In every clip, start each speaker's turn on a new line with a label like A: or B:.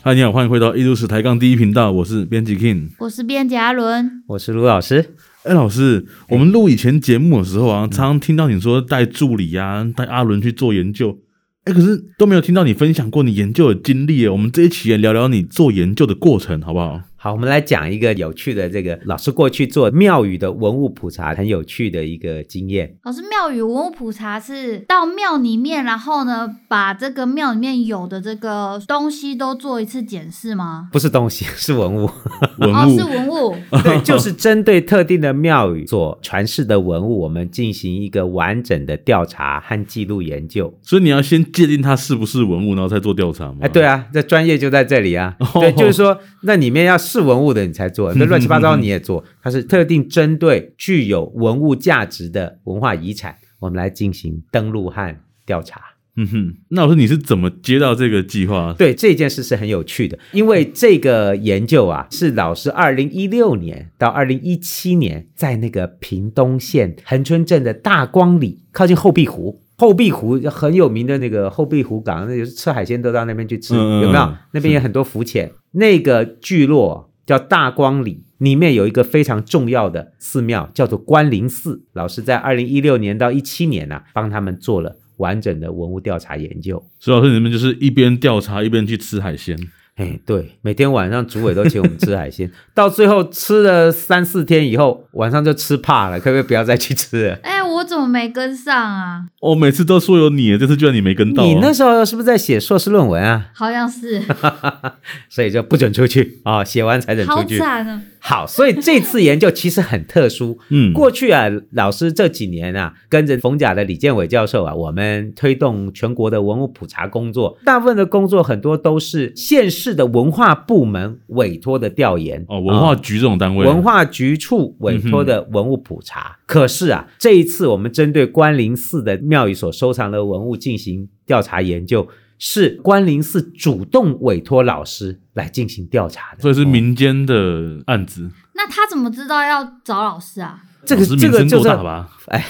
A: 嗨，你好，欢迎回到艺术史抬杠第一频道，我是编辑 King。
B: 我是编辑阿伦，
C: 我是卢老师。
A: 哎，老师，我们录以前节目的时候啊，常常听到你说带助理啊，带阿伦去做研究，哎，可是都没有听到你分享过你研究的经历耶。我们这一期也聊聊你做研究的过程，好不 好？
C: 好，我们来讲一个有趣的这个老师过去做庙宇的文物普查很有趣的一个经验。
B: 老师庙宇文物普查是到庙里面，然后呢，把这个庙里面有的这个东西都做一次检视吗？
C: 不是东西， 是文物，
A: 文物
B: 哦，是文 物，
C: 对，就是针对特定的庙宇所传世的文物，我们进行一个完整的调查和记录研究。
A: 所以你要先界定它是不是文物，然后再做调查嘛。
C: 哎，对啊，这专业就在这里啊。对，就是说，那里面要是文物的你才做，那乱七八糟你也做。它是特定针对具有文物价值的文化遗产，我们来进行登录和调查。
A: 嗯哼，那老师你是怎么接到这个计划？
C: 对这件事是很有趣的，因为这个研究啊，是老师二零一六年到二零一七年在那个屏东县恒春镇的大光里，靠近后壁湖。后壁湖很有名的那个后壁湖港，那就是吃海鲜都到那边去吃，
A: 嗯嗯嗯
C: 有没有？那边也很多浮潜。那个聚落叫大光里，里面有一个非常重要的寺庙，叫做关林寺。老师在二零一六年到一七年呢、帮他们做了完整的文物调查研究。
A: 所以老师你们就是一边调查一边去吃海鲜。
C: 哎，对，每天晚上主委都请我们吃海鲜， 到最后吃了三四天以后，晚上就吃怕了，可不可以不要再去吃了？
B: 哎、我怎么没跟上啊？
A: 我、哦每次都说有你，这次居然你没跟到、哦
C: 你那？时候是不是在写硕士论文啊？
B: 好像是，
C: 所以就不准出去啊、写完才准
B: 好
C: 出去。
B: 惨啊！
C: 好，所以这次研究其实很特殊。
A: 嗯，
C: 过去啊，老师这几年啊，跟着冯甲的李建伟教授啊，我们推动全国的文物普查工作，大部分的工作很多都是县市的文化部门委托的调研
A: 哦，文嗯化
C: 啊
A: 局这种单位，
C: 文化局处委托的文物普查。可是啊，这一次我们针对关林寺的庙宇所收藏的文物进行调查研究，是关林寺主动委托老师来进行调查的。
A: 所以是
C: 哦
A: 民间的案子，
B: 那他怎么知道要找老师啊？
C: 这个
A: 老师
C: 这个
A: 名声
C: 就
A: 够
C: 是
A: 大吧？
B: 哎、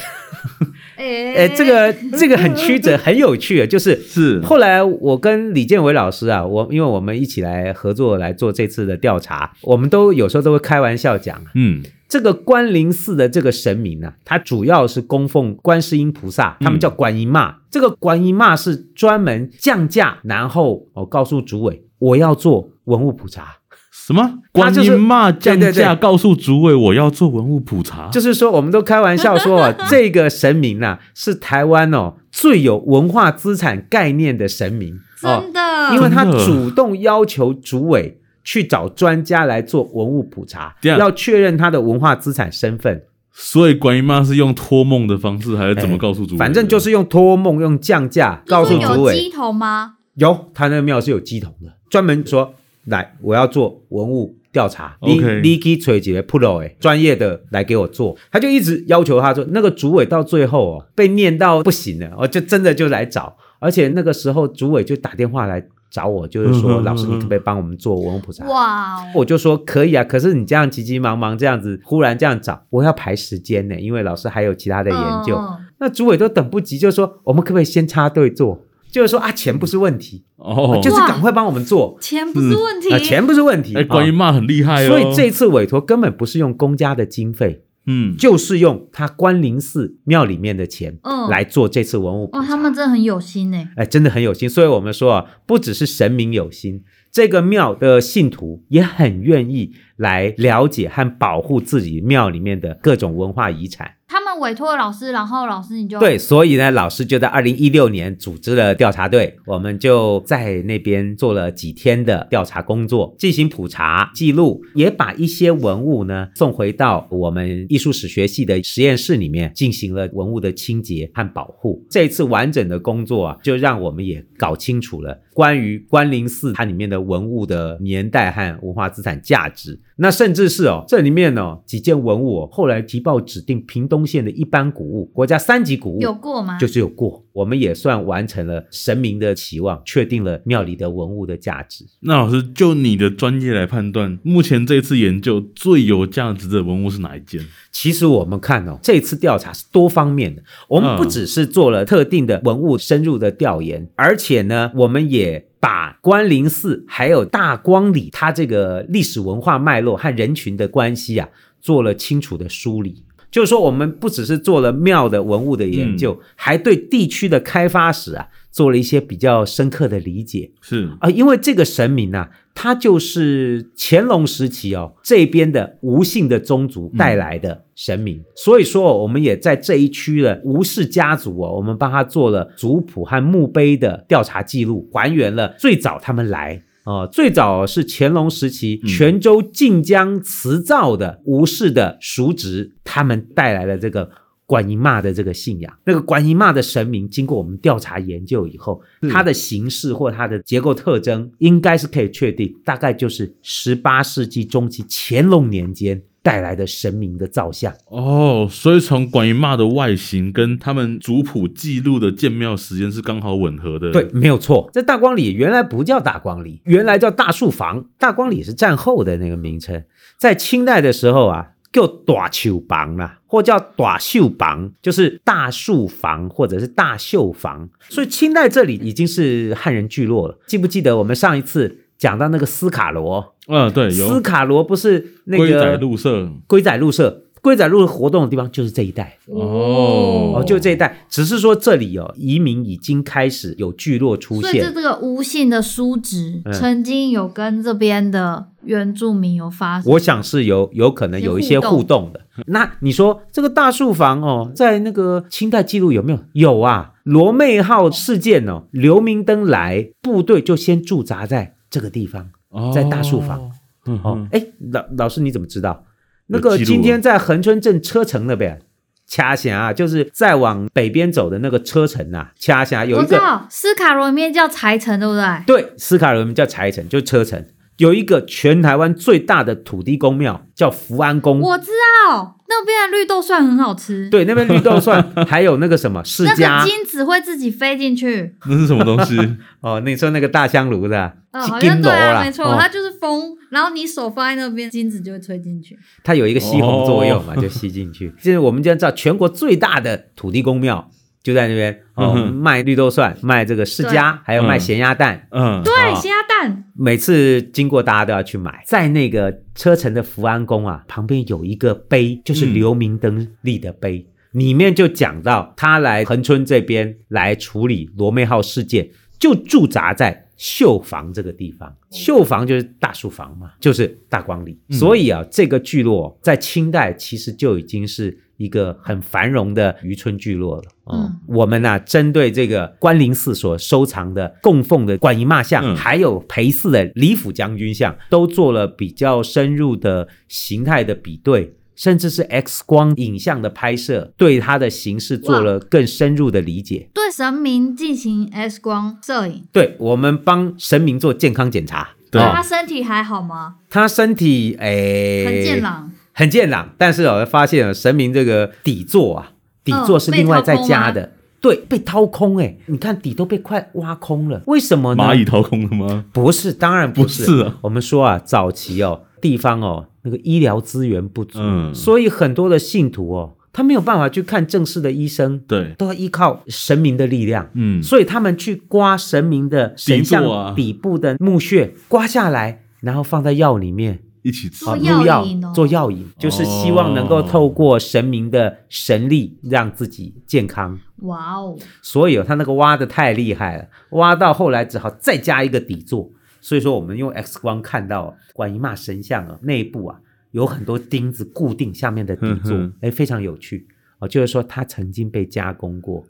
C: 呃，这个这个很曲折，很有趣啊，就是。
A: 是，
C: 后来我跟李建伟老师啊，我因为我们一起来合作来做这次的调查，我们都有时候都会开玩笑讲，
A: 嗯，
C: 这个关林寺的这个神明呢、啊，它主要是供奉观世音菩
B: 嗯
C: 萨，他们叫观音妈。这个观音妈是专门降价，然后我、哦、告诉主委，我要做文物普查，
A: 什么？
C: 他
A: 观
C: 就是
A: 音骂降
C: 对对
A: 价，
C: 对
A: 告诉主委我要做文物普
B: 啊
A: 查，
C: 就是说我们都开玩笑说、 啊，这个神明呢、啊、是台湾哦最有文化资产概念的神明哦
B: 真，的，
C: 因为他
A: 真的
C: 主动要求主委去找专家来做文物普查，
A: 对啊
C: 要确认他的文化资产身份。
A: 所以观音妈是用托梦的方式，还是怎么告诉主委的？
C: 反正就是用托梦、用降价告诉
B: 你说
C: 主
B: 有
C: 委，
B: 鸡头吗？
C: 有他那个庙是有鸡桶的，专门说来我要做文物调查，你
A: OK
C: 你去找几个 pro 哎专业的来给我做，他就一直要求他说，那个主委到最后哦被念到不行了，哦就真的就来找，而且那个时候主委就打电话来找我，就是
A: 嗯哼
C: 说
A: 嗯哼
C: 老师你可不可以帮我们做文物普查？
B: 哇哦，
C: 我就说可以啊，可是你这样急急忙忙这样子，忽然这样找，我要排时间呢，因为老师还有其他的研究。
B: 嗯嗯
C: 那主委都等不及，就说我们可不可以先插队做？就是说啊，钱不是问题，
A: 哦，
C: 就是
B: 哇
C: 赶快帮我们做，
B: 钱不是问题，
C: 啊、钱不是问题。
A: 哎，观音
C: 啊
A: 妈很厉害哦，
C: 所以这次委托根本不是用公家的经费，
A: 嗯，
C: 就是用他关林寺庙里面的钱
B: 嗯
C: 来做这次文物普
B: 哦，
C: 查。
B: 他们真的很有心欸呢、
C: 哎，真的很有心，所以我们说啊，不只是神明有心，这个庙的信徒也很愿意来了解和保护自己庙里面的各种文化遗产。
B: 他们委托老师，然后老师你就
C: 对，所以呢，老师就在二零一六年组织了调查队，我们就在那边做了几天的调查工作，进行普查记录，也把一些文物呢送回到我们艺术史学系的实验室里面，进行了文物的清洁和保护。这一次完整的工作啊，就让我们也搞清楚了关于关林寺它里面的文物的年代和文化资产价值。那甚至是哦，这里面哦几件文物、哦、后来提报指定屏东县的一般古物，国家三级古物
B: 有过吗？
C: 就是有过。我们也算完成了神明的期望，确定了庙里的文物的价值。
A: 那老师，就你的专业来判断，目前这次研究最有价值的文物是哪一件？
C: 其实我们看哦，这次调查是多方面的，我们不
A: 嗯
C: 只是做了特定的文物深入的调研，而且呢，我们也把关林寺还有大光里它这个历史文化脉络和人群的关系啊，做了清楚的梳理。就是说，我们不只是做了庙的文物的研究，还对地区的开发史啊做了一些比较深刻的理解。
A: 是
C: 啊、因为这个神明呐、他就是乾隆时期哦这边的吴姓的宗族带来的神明，所以说哦、我们也在这一区的吴氏家族哦，我们帮他做了族谱和墓碑的调查记录，还原了最早他们来。哦，最早是乾隆时期
A: 嗯
C: 泉州晋江祠造的吴氏的叔侄，他们带来了这个观音妈的这个信仰。那个观音妈的神明，经过我们调查研究以后，它的形式或它的结构特征，应该是可以确定，大概就是十八世纪中期乾隆年间带来的神明的造像。
A: 哦，所以从管云骂的外形跟他们族谱记录的建庙时间是刚好吻合的。
C: 对，，没有错。这大光里原来不叫大光里，原来叫大树房。大光里是战后的那个名称，在清代的时候啊，叫短袖房啦，或叫短袖房，就是大树房或者是大秀房。所以清代这里已经是汉人聚落了。记不记得我们上一次讲到那个斯卡罗？
A: 啊，对，
C: 斯
A: 有
C: 卡罗不是那
A: 龟仔
C: 个
A: 路社。
C: 龟仔路社？龟仔路活动的地方就是这一带。
A: 哦
C: 哦，就这一带，只是说这里哦，移民已经开始有聚落出
B: 所以
C: 现
B: 这。这个吴姓的叔侄、
C: 嗯
B: 曾经有跟这边的原住民有发生，
C: 我想是有有可能有一些互动的。那你说这个大树房哦，在那个清代记录有没有？有啊，罗妹号事件哦，刘明灯来，部队就先驻扎在这个地方。
A: 哦
C: 在大树房。
A: 嗯
C: 哦
A: 哼，
C: 哎、老老师你怎么知道？那
A: 有
C: 个
A: 记录
C: 今
A: 啊
C: 天在恒春镇车城那边。掐峡啊，就是再往北边走的那个车城啊，掐峡有
B: 我
C: 一
B: 知
C: 个
B: 道斯卡罗里面叫柴城，对不对？
C: 对，斯卡罗人叫柴城，就车城，有一个全台湾最大的土地公庙叫福安宫。
B: 我知道那边的绿豆蒜很好吃，
C: 对，那边绿豆蒜，还有那个什么世
B: 那
C: 家
B: 个金子会自己飞进去。
A: 那是什么 东西？
C: 哦，那你说那个大香炉的，
B: 嗯，
C: 是
B: 好
C: 金
B: 像
C: 楼
B: 对啊，
C: 啦
B: 没错，
C: 哦
B: 它就是风，然后你手放在那边，金子就会吹进去。
C: 它有一个吸洪作用嘛，
A: 哦
C: 就吸进去。现在我们就知道，全国最大的土地公庙就在那边哦，
A: 嗯哼
C: 卖绿豆蒜，卖这个世家，还有卖
A: 嗯
C: 咸鸭蛋。
A: 嗯，
B: 对，
C: 哦
B: 咸鸭蛋，
C: 每次经过，大家都要去买。在那个车城的福安宫啊，旁边有一个碑，就是
A: 嗯
C: 刘明灯立的碑，里面就讲到他来恒春这边来处理罗妹号事件，就驻扎在秀房这个地方。秀房就是大树房嘛，就是大光里。
A: 嗯
C: 所以啊，这个聚落在清代其实就已经是。一个很繁荣的渔村聚落了。哦、
B: 嗯
C: 我们呢、针对这个关林寺所收藏的供奉的观音妈
A: 嗯
C: 像，还有裴寺的李府将军像，都做了比较深入的形态的比对，甚至是 X 光影像的拍摄，对它的形式做了更深入的理解。
B: 对神明进行 X 光摄影。
C: 对，我们帮神明做健康检查。
A: 对
B: 那他身体还好吗？
C: 他身体诶，
B: 很健，朗，
C: 很健朗。但是我发现哦神明这个底座啊，底座是
B: 嗯被
C: 另外
B: 掏
C: 再
B: 空
C: 加
B: 吗
C: 的，对，被掏空哎、你看底都被快挖空了，为什么呢？
A: 蚂蚁掏空的吗？
C: 不是，当然不是。
A: 不是啊
C: 我们说啊，早期哦，地方哦，那个医疗资源不足，
A: 嗯
C: 所以很多的信徒哦，他没有办法去看正式的医生，
A: 对，
C: 都要依靠神明的力量。
A: 嗯，
C: 所以他们去刮神明的神
A: 底座啊
C: 像底部的墓穴，刮下来，然后放在药里面，
A: 一起吃
B: 做
C: 啊，
B: 药
C: 入药
B: 引哦
C: 做药引，就是希望能
A: 哦
C: 够透过神明的神力让自己健康。
B: 哇哦，
C: 所以哦他那个挖的太厉害了，挖到后来只好再加一个底座。所以说，我们用 X 光看到观音妈神像啊内部啊有很多钉子固定下面的底座
A: 嗯哼，
C: 哎，非常有趣哦。就是说，它曾经被加工过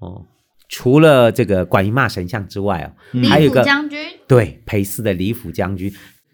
C: 哦。除了这个观音妈神像之外哦，
A: 嗯
C: 还
B: 李
C: 有一
B: 府
C: 个
B: 将军，
C: 对，裴寺的李府将军。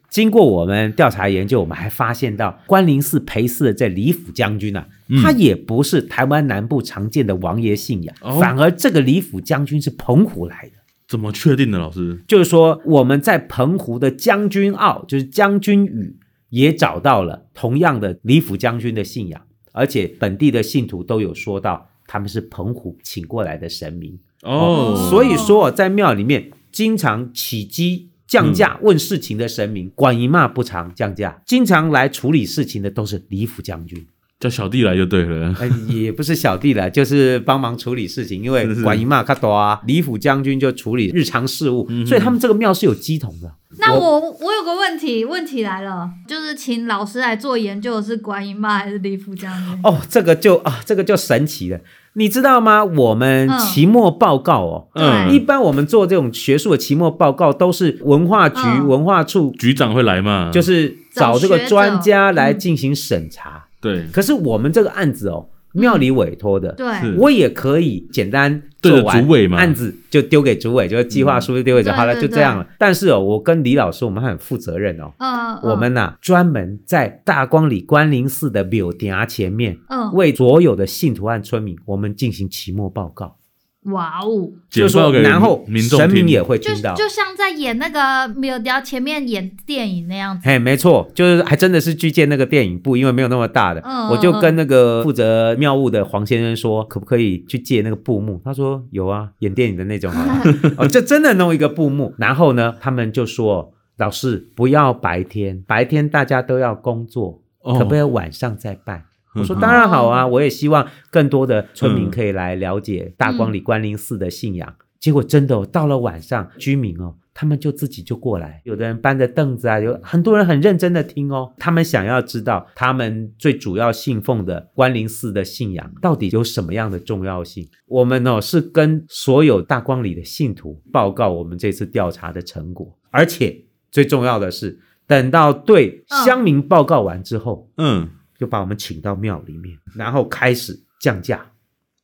C: 经过我们调查研究，我们还发现到关林寺裴寺的这李府将军啊，他也不是台湾南部常见的王爷信仰，
A: 哦
C: 反而这个李府将军是澎湖来的。
A: 怎么确定的？老师，
C: 就是说，我们在澎湖的将军澳，就是将军屿，也找到了同样的李府将军的信仰，而且本地的信徒都有说到他们是澎湖请过来的神明。
A: 哦，
C: 所以说在庙里面经常起乩降
A: 嗯
C: 价问事情的神明，管一骂不常降价，经常来处理事情的都是李府将军。
A: 叫小弟来就对了。
C: 呃，也不是小弟了，就是帮忙处理事情，因为
A: 是是
C: 管一骂卡多啊，李府将军就处理日常事务，
A: 嗯
C: 所以他们这个庙是有鸡桶的。
B: 那我我有个问题，问题来了，就是请老师来做研究的是观音妈还是李府将军？
C: 哦，这个就啊，这个就神奇了，你知道吗？我们
B: 嗯
C: 期末报告哦。
A: 嗯
C: 一，般我们做这种学术的期末报告，都是文化局、
B: 嗯
C: 文化处，
A: 局长会来嘛？
C: 就是找这个
B: 找学者
C: 专家来
B: 嗯
C: 进行审查。
A: 对，
C: 可是我们这个案子哦，庙里委托的，
A: 是
B: 对，
C: 我也可以简单
A: 嗯对
C: 做
A: 着
C: 完
A: 主委嘛嗯
C: 案子就丢给主委，就是计划书就丢给主委，
B: 嗯
C: 好了，
B: 对
C: 就
B: 对
C: 这样了。但是哦，我跟李老师我们很负责任哦，
B: 嗯，
C: 我们呐、专门在大光里关林寺的柳嗲前面，
B: 嗯，
C: 为所有的信徒和村民，我们进行期末报告，
B: 哇哦，
A: 简
C: 就是
A: 报
C: 说
A: 给
C: 然后
A: 民众
C: 神明
A: 听
C: 也会
B: 就
C: 听到。
B: 就像在演那个没有聊前面演电影那样子，
C: 嘿，没错，就是还真的是去见那个电影部，因为没有那么大的，
B: 嗯
C: 我就跟那个负责庙务的黄先生说，可不可以去借那个布幕？他说有啊，演电影的那种 好了哦，就真的弄一个布幕。然后呢，他们就说老师不要白天，白天大家都要工作，
A: 哦
C: 可不可以晚上再办？我说
A: 嗯
C: 当然好啊，
B: 哦
C: 我也希望更多的村民
A: 嗯
C: 可以来了解大光里观音寺的信仰。结果真的、哦、到了晚上，居民哦，他们就自己就过来，有的人搬着凳子啊，有很多人很认真的听哦，他们想要知道他们最主要信奉的观音寺的信仰到底有什么样的重要性。我们哦是跟所有大光里的信徒报告我们这次调查的成果，而且最重要的是，等到对
B: 嗯
C: 乡民报告完之后。
A: 嗯，
C: 就把我们请到庙里面，然后开始降价。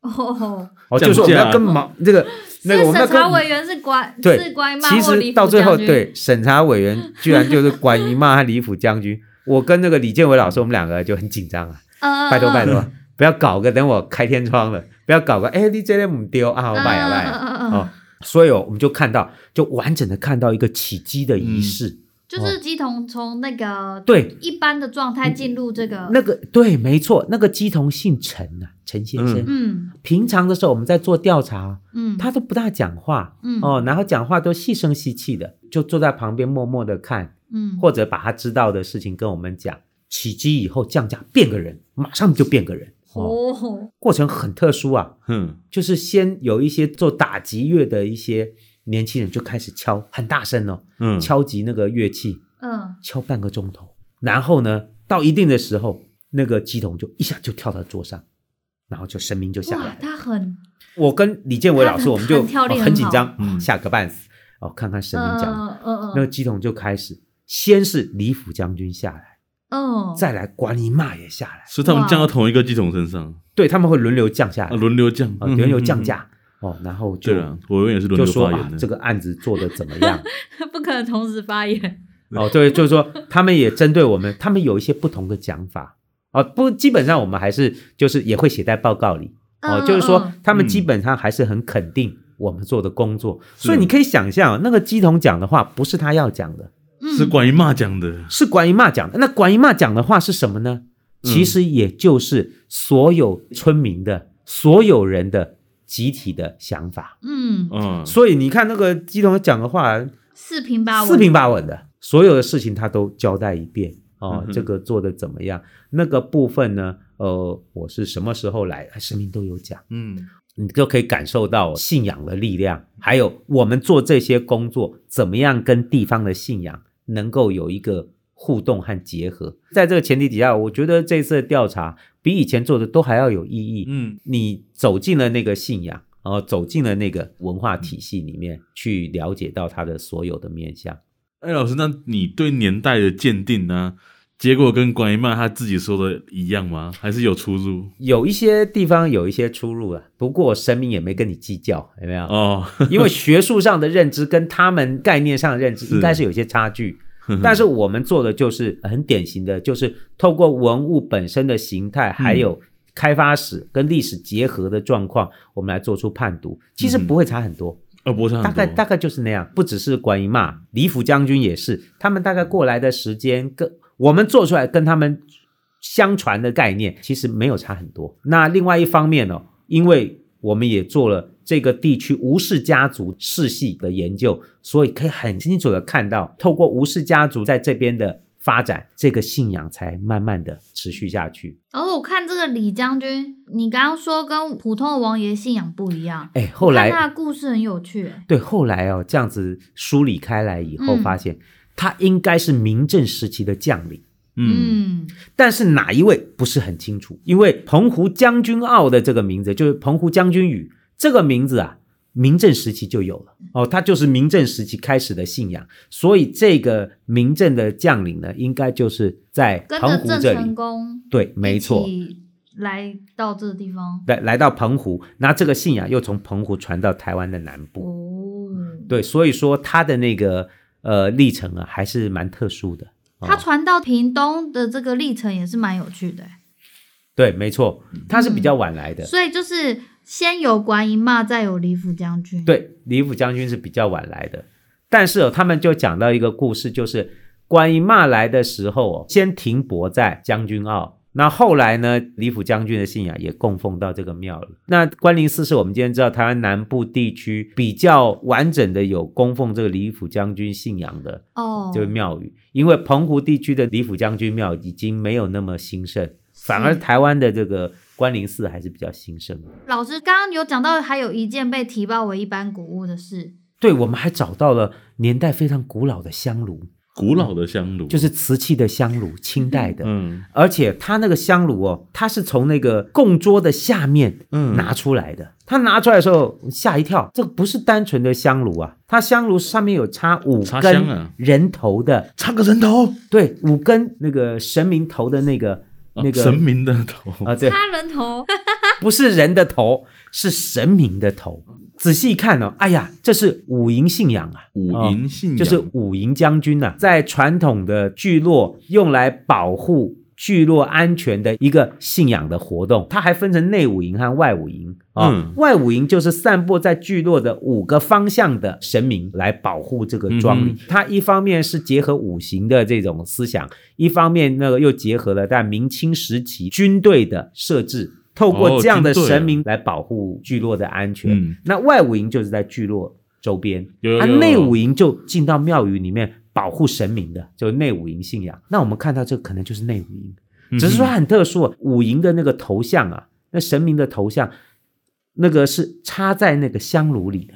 B: 哦，
C: 哦，
A: 降价
C: 就是我们要跟毛这个那个我
B: 是
C: 们要
B: 审查委
C: 跟。
B: 员是观
C: 对
B: 是观音妈
C: 其
B: 或李
C: 实
B: 府
C: 到最后，
B: 将军，
C: 对审查委员居然就是管姨妈和李府 将军，我跟那个李建伟老师，我们两个就很紧张啊，
B: 嗯，
C: 拜托拜
B: 托，
C: 托，不要搞个等我开天窗了，不要搞个哎你这个唔丢啊，我拜啊拜啊，
B: 嗯嗯嗯嗯
C: 哦，所以哦我们就看到，就完整的看到一个起机的仪
A: 嗯
C: 式，
B: 就是鸡童从那个
C: 哦对，嗯
B: 一般的状态进入这个，
C: 那个对，没错，那个鸡童姓陈啊，陈先生，
B: 嗯
C: 平常的时候我们在做调查，
B: 嗯，
C: 他都不大讲话，
B: 嗯
C: 哦，然后讲话都细声细气的，就坐在旁边默默的看，
B: 嗯
C: 或者把他知道的事情跟我们讲。起机以后降价变个人，马上就变个人，哦，
B: 哦，
C: 过程很特殊啊，
A: 哼，
C: 就是先有一些做打击乐的一些年轻人就开始敲，很大声哦，
A: 嗯，
C: 敲击那个乐器，
B: 嗯
C: 敲半个钟头，然后呢，到一定的时候，那个鸡童就一下就跳到桌上，然后就神明就下来
B: 哇
C: 了，。
B: 他很
C: 我跟李建伟老师，
B: 他
C: 我们就、
B: 弹跳力
C: 哦
B: 很
C: 很紧
B: 好
C: 张，
A: 嗯
C: 吓个半死。哦，看看神明讲的，
B: 嗯嗯
C: 那个
B: 嗯
C: 鸡桶就开始，先是李府将军下来，
B: 嗯，
C: 再来管理骂也下来，
A: 所以他们降到同一个系统身上，
C: 对他们会轮流降下
A: 啊
C: 来，
A: 轮流降，
C: 啊轮流降
A: 嗯。
C: 价。哦，然后就
A: 对了，我永远是轮
C: 就
A: 流
C: 说
A: 发
C: 啊
A: 言，的。
C: 这个案子做的怎么样？
B: 不可能同时发言，
C: 哦，对，就是说他们也针对我们，他们有一些不同的讲法。哦，不，基本上我们还是就是也会写在报告里。哦，
B: 嗯
C: 就是说
B: 嗯
C: 他们基本上还是很肯定我们做的工作，
A: 是
C: 所以你可以想象，那个鸡童讲的话不是他要讲的，
B: 嗯
A: 是关于骂讲的，
C: 是管姨妈讲的。那管姨妈讲的话是什么呢？其实也就是所有村民的、所有人的集体的想法。
B: 嗯
A: 嗯，
C: 所以你看，那个鸡童讲的话，
B: 四平八稳，
C: 四平八稳的，所有的事情他都交代一遍哦
A: 嗯，哼
C: 这个做的怎么样？那个部分呢？呃，我是什么时候来？哎神明都有讲，
A: 嗯，
C: 你就可以感受到信仰的力量，还有我们做这些工作，怎么样跟地方的信仰能够有一个互动和结合。在这个前提底下，我觉得这次的调查比以前做的都还要有意义。
A: 嗯，
C: 你走进了那个信仰，然后走进了那个文化体系里面，去了解到它的所有的面向。
A: 哎，老师，那你对年代的鉴定呢、结果跟管一曼他自己说的一样吗？还是有出入？
C: 有一些地方有一些出入了，不过神明也没跟你计较，有没有？
A: 哦，
C: 因为学术上的认知跟他们概念上的认知
A: 是
C: 应该是有些差距。但是我们做的就是很典型的，就是透过文物本身的形态，还有开发史跟历史结合的状况，我们来做出判读。其实不会差很多，
A: 呃，不差
C: 大
A: 很多
C: 概大概就是那样。不只是管姨妈、李府将军也是，他们大概过来的时间跟我们做出来跟他们相哦传的概念其实没有差很多。那另外一方面呢、因为我们也做了这个地区吴氏家族世系的研究，所以可以很清楚的看到，透过吴氏家族在这边的发展，这个信仰才慢慢的持续下去。
B: 然哦后我看这个李将军，你刚刚说跟普通的王爷信仰不一样，
C: 哎，后来
B: 看他的故事很有趣、哎
C: 对，后来哦，这样子梳理开来以后，
B: 嗯
C: 发现、他应该是明郑时期的将领，
A: 嗯
B: 嗯
C: 但是哪一位不是很清楚，因为澎湖将军澳的这个名字，就是澎湖将军屿这个名字啊，明郑时期就有了哦，它就是明郑时期开始的信仰，所以这个明郑的将领呢，应该就是在
B: 跟
C: 澎
B: 着
C: 湖
B: 郑
C: 这
B: 成
C: 里，
B: 功，
C: 对，没错。，
B: 来到这个地方，
C: 来来到澎湖，那这个信仰又从澎湖传到台湾的南部，
B: 哦，
C: 对，所以说他的那个呃历程啊，还是蛮特殊的。
B: 他
C: 哦、
B: 传到屏东的这个历程也是蛮有趣的、哎
C: 对，没错，他是比较晚来的。
B: 所以就是先有管营骂，再有李府将军，，
C: 对，李府将军是比较晚来的，但是哦，他们就讲到一个故事，就是关于骂来的时候哦，先停泊在将军澳。那后来呢？李府将军的信仰也供奉到这个庙了。那关林寺是我们今天知道台湾南部地区比较完整的有供奉这个李府将军信仰的
B: 哦，
C: 这个庙宇，因为澎湖地区的李府将军庙已经没有那么兴盛，反而台湾的这个关林寺还是比较兴盛的。
B: 老师刚刚有讲到，还有一件被提报为一般古物的事，
C: 对，我们还找到了年代非常古老的香炉，
A: 古老的香炉
C: 就是瓷器的香炉，清代的。
A: 嗯
C: 而且它那个香炉哦，它是从那个供桌的下面
A: 嗯
C: 拿出来的。它拿出来的时候吓一跳，这不是单纯的香炉啊，它香炉上面有插五
A: 插
C: 根
A: 香啊
C: 人头的，
A: 插个人头，
C: 对，五根那个神明头的那个
A: 啊
C: 那个
A: 神明的头
C: 啊，对，
B: 他人 头，
C: 不是人的头，是神明的头。仔细看哦，哎呀，这是五营信仰啊，
A: 五
C: 哦、
A: 营信仰
C: 就是五营将军呐、在传统的聚落用来保护聚落安全的一个信仰的活动。它还分成内五营和外五营啊、哦
A: 嗯
C: 外五营就是散布在聚落的五个方向的神明来保护这个庄里。
A: 嗯哼
C: 它一方面是结合五行的这种思想，一方面那个又结合了在明清时期军队的设置，透过
A: 哦
C: 这样的
A: 军队啊
C: 神明来保护聚落的安全。
A: 嗯
C: 那外五营就是在聚落周边，
A: 有有
C: 啊
A: 有
C: 内五营就进到庙宇里面保护神明的，就是内五营信仰。那我们看到这可能就是内五营，
A: 嗯
C: 只是说它很特殊啊，五营的那个头像啊，那神明的头像，那个是插在那个香炉里的。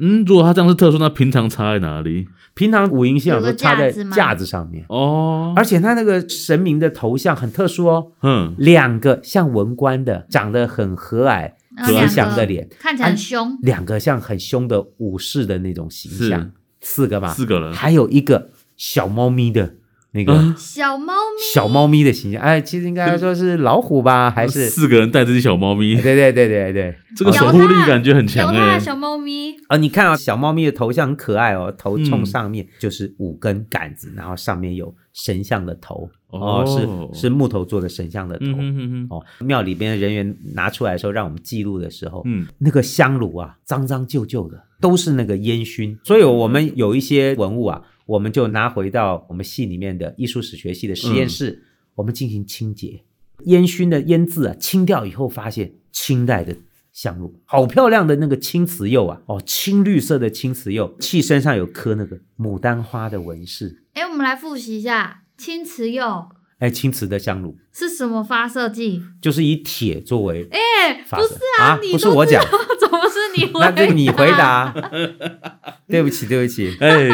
A: 嗯，如果他这样是特殊，那平常插在哪里？
C: 平常五营信仰
B: 有
C: 都
B: 个
C: 插在
B: 架子吗
C: 架子上面，
A: 哦，
C: 而且它那个神明的头像很特殊哦，
A: 嗯，
C: 两个像文官的，长得很和蔼
B: 然后
A: 慈
B: 两个
C: 祥的脸，
B: 看起来很凶，
C: 两个像很凶的武士的那种形象
A: 是，
C: 四个吧，
A: 四个人，
C: 还有一个小猫咪的那个
A: 啊
B: 小猫咪
C: 小猫咪的形象，哎，其实应该说是老虎
A: 嗯
C: 吧，还是哎哦
A: 四个人带这只小猫咪
C: 对，对对对对
A: 这个
B: 咬
A: 守护力
B: 它
A: 感觉很强
B: 咬它
A: 哎
B: 的。小猫咪，
C: 啊！你看啊，小猫咪的头像很可爱哦，头冲
A: 嗯
C: 上面就是五根杆子，然后上面有神像的头
A: 哦
C: 是是木头做的神像的头
A: 嗯哼哼哼，
C: 哦。庙里边的人员拿出来的时候，让我们记录的时候，
A: 嗯，
C: 那个香炉啊，脏脏旧旧的，都是那个烟熏。所以我们有一些文物啊，我们就拿回到我们系里面的艺术史学系的实验室，我们进行清洁。烟熏的烟渍啊，清掉以后，发现清代的香炉，好漂亮的那个青瓷釉啊，哦，青绿色的青瓷釉，器身上有刻那个牡丹花的纹饰。
B: 哎，我们来复习一下青瓷釉
C: 哎，青瓷的香炉
B: 是什么发射剂？
C: 就是以铁作为
B: 哎，
C: 发
B: 不
C: 色
B: 是啊，
C: 啊
B: 你
C: 不
B: 都
C: 是我
B: 知道
C: 讲，
B: 怎么是你回
C: 那
B: 答？
C: 是你回答。 对不起，对不起。
A: 哎，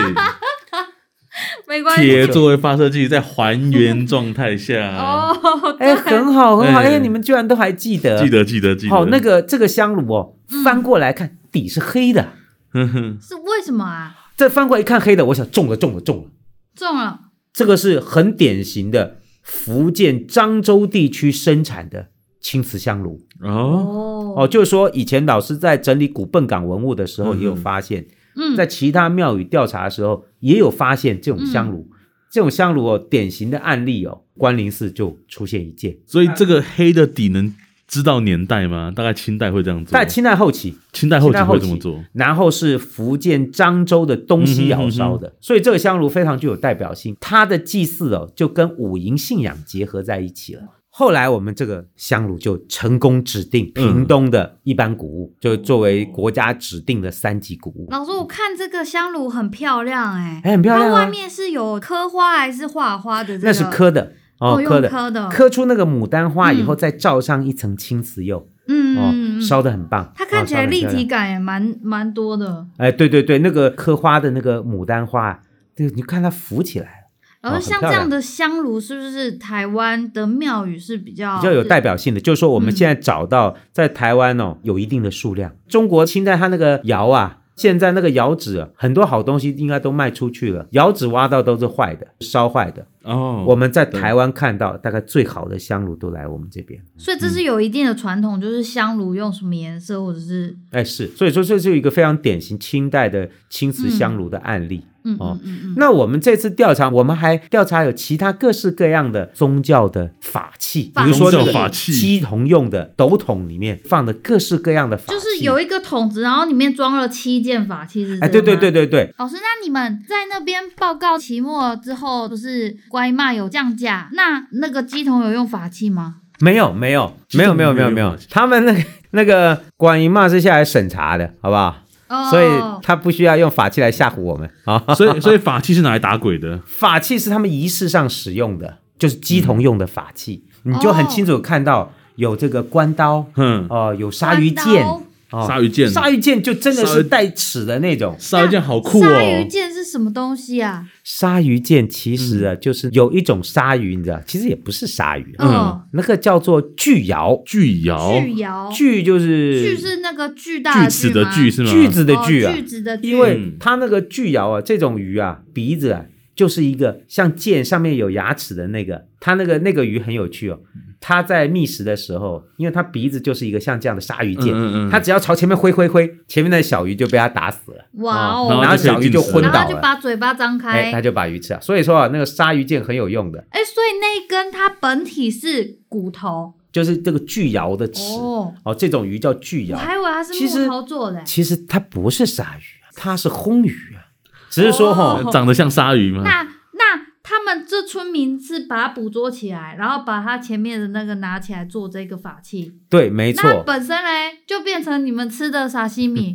B: 没关系
A: 铁作为发射器，在还原状态下，
B: 哦，
C: 哎，很好，很好，
A: 哎
C: 哎，你们居然都还记得，
A: 记。得记得记得。
C: 好，那个这个香炉哦，
B: 嗯
C: 翻过来看底是黑的，
A: 个
B: 是为什么啊？
C: 这翻过来一看黑的，我想中了，中了，中了。
B: 中了
C: 这个是很典型的福建漳州地区生产的青瓷香炉
A: 哦，
B: 哦
C: 哦，就是说以前老师在整理古笨港文物的时候
A: 嗯
C: 也有发现，
B: 嗯，
C: 在其他庙宇调查的时候也有发现这种香
B: 嗯
C: 炉，这种香炉哦，典型的案例哦，关林寺就出现一件，
A: 所以这个黑的底能知道年代吗？大概清代会这样做，
C: 在清代后期。
A: 清代后期
C: 清代后
A: 会
C: 期
A: 这么做。
C: 然后是福建漳州的东西窑烧的，所以这个香炉非常具有代表性。它的祭祀哦，就跟五营信仰结合在一起了。后来我们这个香炉就成功指定屏东的一般古物，就作为国家指定的三级古物。
B: 老师，我看这个香炉很漂亮哎、
C: 哎很漂亮啊
B: 它外面是有刻花还是画花的、这个？
C: 那是刻的哦，
B: 用
C: 刻的，
B: 刻的，
C: 刻出那个牡丹花以
B: 嗯
C: 后，再罩上一层青瓷釉，
B: 嗯
C: 哦
B: 嗯，嗯
C: 烧的很棒。
B: 它看起来
C: 哦
B: 立。
C: 烧得很漂
B: 体
C: 亮
B: 感也蛮蛮多的。
C: 哎，对对对，那个刻花的那个牡丹花，对，你看它浮起来
B: 然
C: 哦
B: 后
C: 很
B: 像
C: 漂
B: 这
C: 亮
B: 样的香炉，是不是台湾的庙宇哦是比较
C: 了，比较有代表性的。就是说，我们
B: 嗯
C: 现在找到在台湾哦有一定的数量。中国清代它那个窑啊，现在那个窑址啊很多好东西应该都卖出去了，窑址挖到都是坏的，烧坏的。
A: 哦，
C: 我们在台湾看到大概最好的香炉都来我们这边。
B: 所以这是有一定的传统，就是香炉用什么颜色或者是
C: 哎，是，所以说这是一个非常典型清代的青瓷香炉的案例。
B: 嗯
C: 哦
B: 嗯嗯嗯，
C: 那我们这次调查，我们还调查有其他各式各样的宗教的法器，比
B: 法
C: 如说
B: 器
C: 那个
A: 宗教法器
C: 鸡同用的斗桶里面放的各式各样的法器，
B: 就是有一个桶子，然后里面装了七件法器，是这
C: 哎，
B: 样
C: 对对对
B: 吗。
C: 对对，
B: 老师，那你们在那边报告期末之后，不是乖骂有降价？那那个鸡童有用法器吗？
C: 没有没有没有没有没有没有，他们那个那个管营嘛是下来审查的，好不好？
B: 哦，
C: 所以他不需要用法器来吓唬我们 啊。
A: 所以所以法器是拿来打鬼的，
C: 法器是他们仪式上使用的，就是鸡同用的法器，你就很清楚地看到有这个关刀，
A: 哼，
C: 哦、有鲨鱼剑，
B: 弯
C: 哦
A: 鲨鱼剑，
C: 鲨鱼剑就真的
A: 鲨
C: 是
A: 鱼
C: 带齿的那种。
A: 鲨鱼剑好
B: 刀
A: 酷
B: 鲨鱼
A: 哦，
B: 剑是什么东西啊？
C: 鲨鱼剑其实啊，就是有一种鲨鱼，你知道，其实也不是鲨鱼，啊
A: 嗯
B: 哦，
C: 那个叫做巨鳐，
A: 巨摇，
B: 巨摇，
C: 巨就是
B: 哦巨是那个巨大
A: 锯齿的
B: 吗
A: 锯是吗？
C: 锯子的锯啊，
B: 哦、锯子的锯，
C: 因为
A: 嗯
C: 它那个巨鳐啊，这种鱼啊，鼻子啊，就是一个像剑上面有牙齿的那个，它那个那个鱼很有趣哦。
A: 嗯
C: 它在觅食的时候，因为它鼻子就是一个像这样的鲨鱼
A: 嗯
C: 剑，
A: 嗯嗯，
C: 它只要朝前面挥挥挥，前面的小鱼就被它打死了，
B: 哇哦，
A: 然
C: 然
A: 后就
C: 后
A: 可以
C: 小鱼就昏
A: 进食
C: 倒
B: 然后就
C: 了，
B: 把嘴巴张
C: 哎，
B: 开，
C: 它就把鱼吃了。所以说啊，那个鲨鱼剑很有用的，
B: 哎、所以那一根它本体是骨头
C: 就是这个巨鳐的齿哦
B: 哦，
C: 这种鱼叫巨
B: 我
C: 鳐，
B: 还以为它是
C: 其实
B: 木头做的、
C: 其实它不是鲨鱼啊，它是红鱼啊，只是说哈、
B: 哦
A: 长得像鲨鱼吗？
B: 那那他们这村民是把它捕捉起来，然后把它前面的那个拿起来做这个法器，
C: 对，没错，
B: 那本身嘞就变成你们吃的沙西米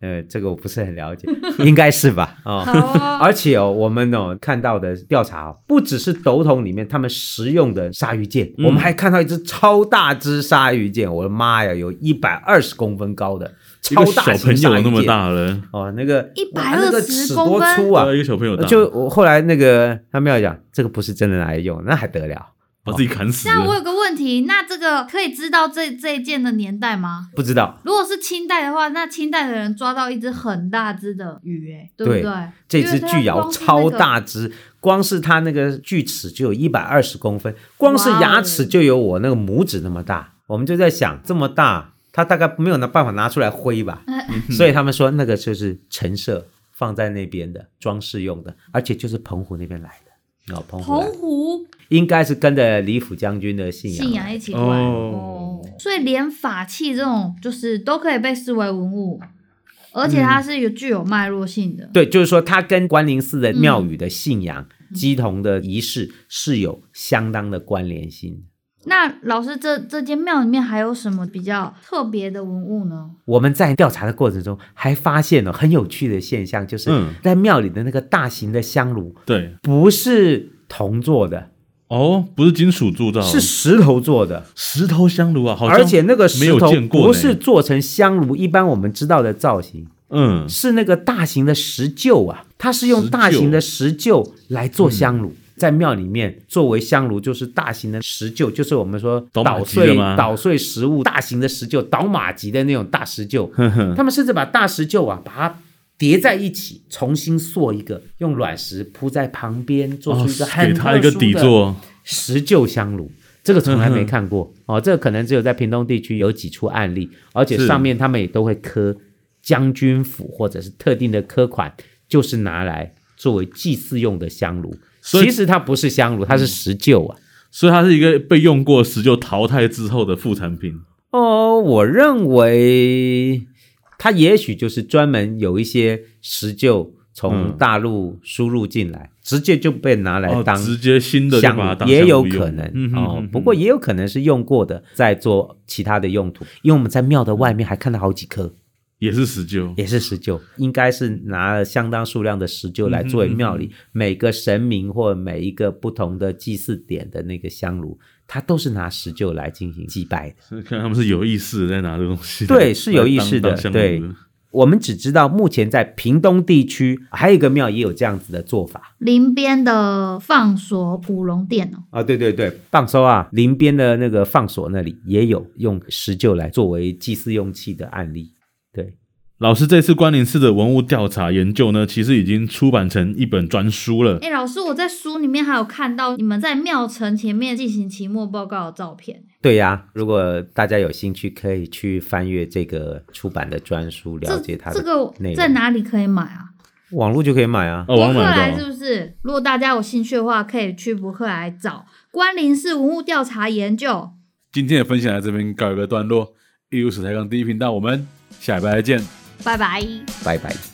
C: 呃，这个我不是很了解，应该是吧？ 哦，
B: 哦，
C: 而且哦，我们哦看到的调查、哦，不只是斗桶里面他们食用的鲨鱼剑，
A: 嗯
C: 我们还看到一只超大只鲨鱼剑，我的妈呀，有一百二十公分高的
A: 一
C: 超
A: 个
C: 大
A: 小
C: 型
A: 朋
C: 鲨
A: 友
C: 鱼
A: 那么
C: 剑
A: 大了，
C: 哦，那个
B: 120
C: 哇那个尺
B: 公
C: 多
B: 分
C: 粗啊
A: 对，！一个小朋友大，
C: 就我后来那个他们要讲，这个不是真的拿来用，那还得了？
A: 把自己砍死
B: 那我
A: 了。
B: 有个问题，那这个可以知道这这一件的年代吗？
C: 不知道
B: 如果是清代的话，那清代的人抓到一只很大只的鱼、哎，对不
C: 对
B: 对？
C: 这
B: 因为
C: 只
B: 它
C: 巨
B: 光
C: 鳐
B: 是那
C: 超
B: 个
C: 大只，光是它那个锯齿就有一百二十公分，光是
B: 哇哦
C: 牙齿就有我那个拇指那么大。我们就在想，这么大，它大概没有拿办法拿出来挥吧，
A: 嗯
C: 所以他们说那个就是陈设放在那边的装饰用的，而且就是澎湖那边来的。哦，澎湖来
B: 澎湖
C: 应该是跟着李府将军的信仰，
B: 信仰一起过来
A: 哦
B: 哦，所以连法器这种就是都可以被视为文物，而且它是有具有脉络性的。
C: 对，就是说它跟关林寺的庙
B: 嗯
C: 宇的信仰、鸡同的仪式是有相当的关联性的。
B: 那老师这这间庙里面还有什么比较特别的文物呢？
C: 我们在调查的过程中还发现了很有趣的现象，就是
A: 嗯
C: 在庙里的那个大型的香炉
A: 对，
C: 不是铜做的，
A: 哦，不是金属铸造，
C: 是石头做的，
A: 石头香炉啊，好像
C: 而且那个
A: 没
C: 石
A: 有
C: 头
A: 见过呢，
C: 不是做成香炉一般我们知道的造型，
A: 嗯，
C: 是那个大型的石臼啊，它是用
A: 石臼嗯
C: 大型的石臼来做香炉。在庙里面作为香炉，就是大型的石臼，就是我们说
A: 倒马
C: 捣
A: 机的
C: 碎
A: 吗
C: 捣碎食物，大型的石臼，倒马级的那种大 石臼，
A: 呵呵，
C: 他们甚至把大石臼啊，把它叠在一起，重新塑一个，用卵石铺在旁边，做出一个
A: 哦
C: 很
A: 给他一个底座，
C: 石臼香炉。这个从来没看过哦，这个可能只有在屏东地区有几处案例，而且
A: 是
C: 上面他们也都会刻将军府或者是特定的刻款，就是拿来作为祭祀用的香炉。
A: 所以
C: 其实它不是香炉，它是石臼啊。
A: 所以它是一个被用过石臼淘汰之后的副产品。
C: 哦，我认为它也许就是专门有一些石臼从
A: 嗯
C: 大陆输入进来，直接就被拿来
A: 哦，
C: 当
A: 直接新的就把它
C: 项
A: 当
C: 目也
A: 项目
C: 有
A: 用
C: 可能
A: 嗯哼
C: 哦
A: 嗯哼，
C: 不过也有可能是用过的，在做其他的用途。因为我们在庙的外面还看到好几棵，
A: 也是石臼，
C: 也是石臼，应该是拿了相当数量的石臼来作为
A: 嗯哼
C: 庙里每个神明或每一个不同的祭祀点的那个香炉，它都是拿石臼来进行祭拜的。
A: 是看他们是有意识在拿这个东西来，
C: 对是有
A: 来
C: 意
A: 当
C: 识的
A: 当项目
C: 对
A: 的
C: 我们只知道目前在屏东地区还有一个庙也有这样子的做法
B: 林边的放锁古龙殿哦，
C: 啊，对对对，放收啊，林边的那个放所那里也有用石臼来作为祭祀用器的案例。对，
A: 老师这次关林寺的文物调查研究呢，其实已经出版成一本专书了。
B: 哎，老师，我在书里面还有看到你们在庙城前面进行期末报告的照片，
C: 对呀、如果大家有兴趣，可以去翻阅这个出版的专书，了
B: 这
C: 解它的
B: 这个
C: 内容
B: 在哪里可以买啊？
C: 网络就可以买啊。
A: 哦，
B: 博
A: 王
B: 客
A: 买
B: 来
A: 的
B: 是
A: 哦，
B: 不是？如果大家有兴趣的话，可以去博客来找关林寺文物调查研究。
D: 今天的分享在这边告一个段落，一如史台港第一频道，我们下礼拜再见。
B: 拜拜。
C: 拜拜。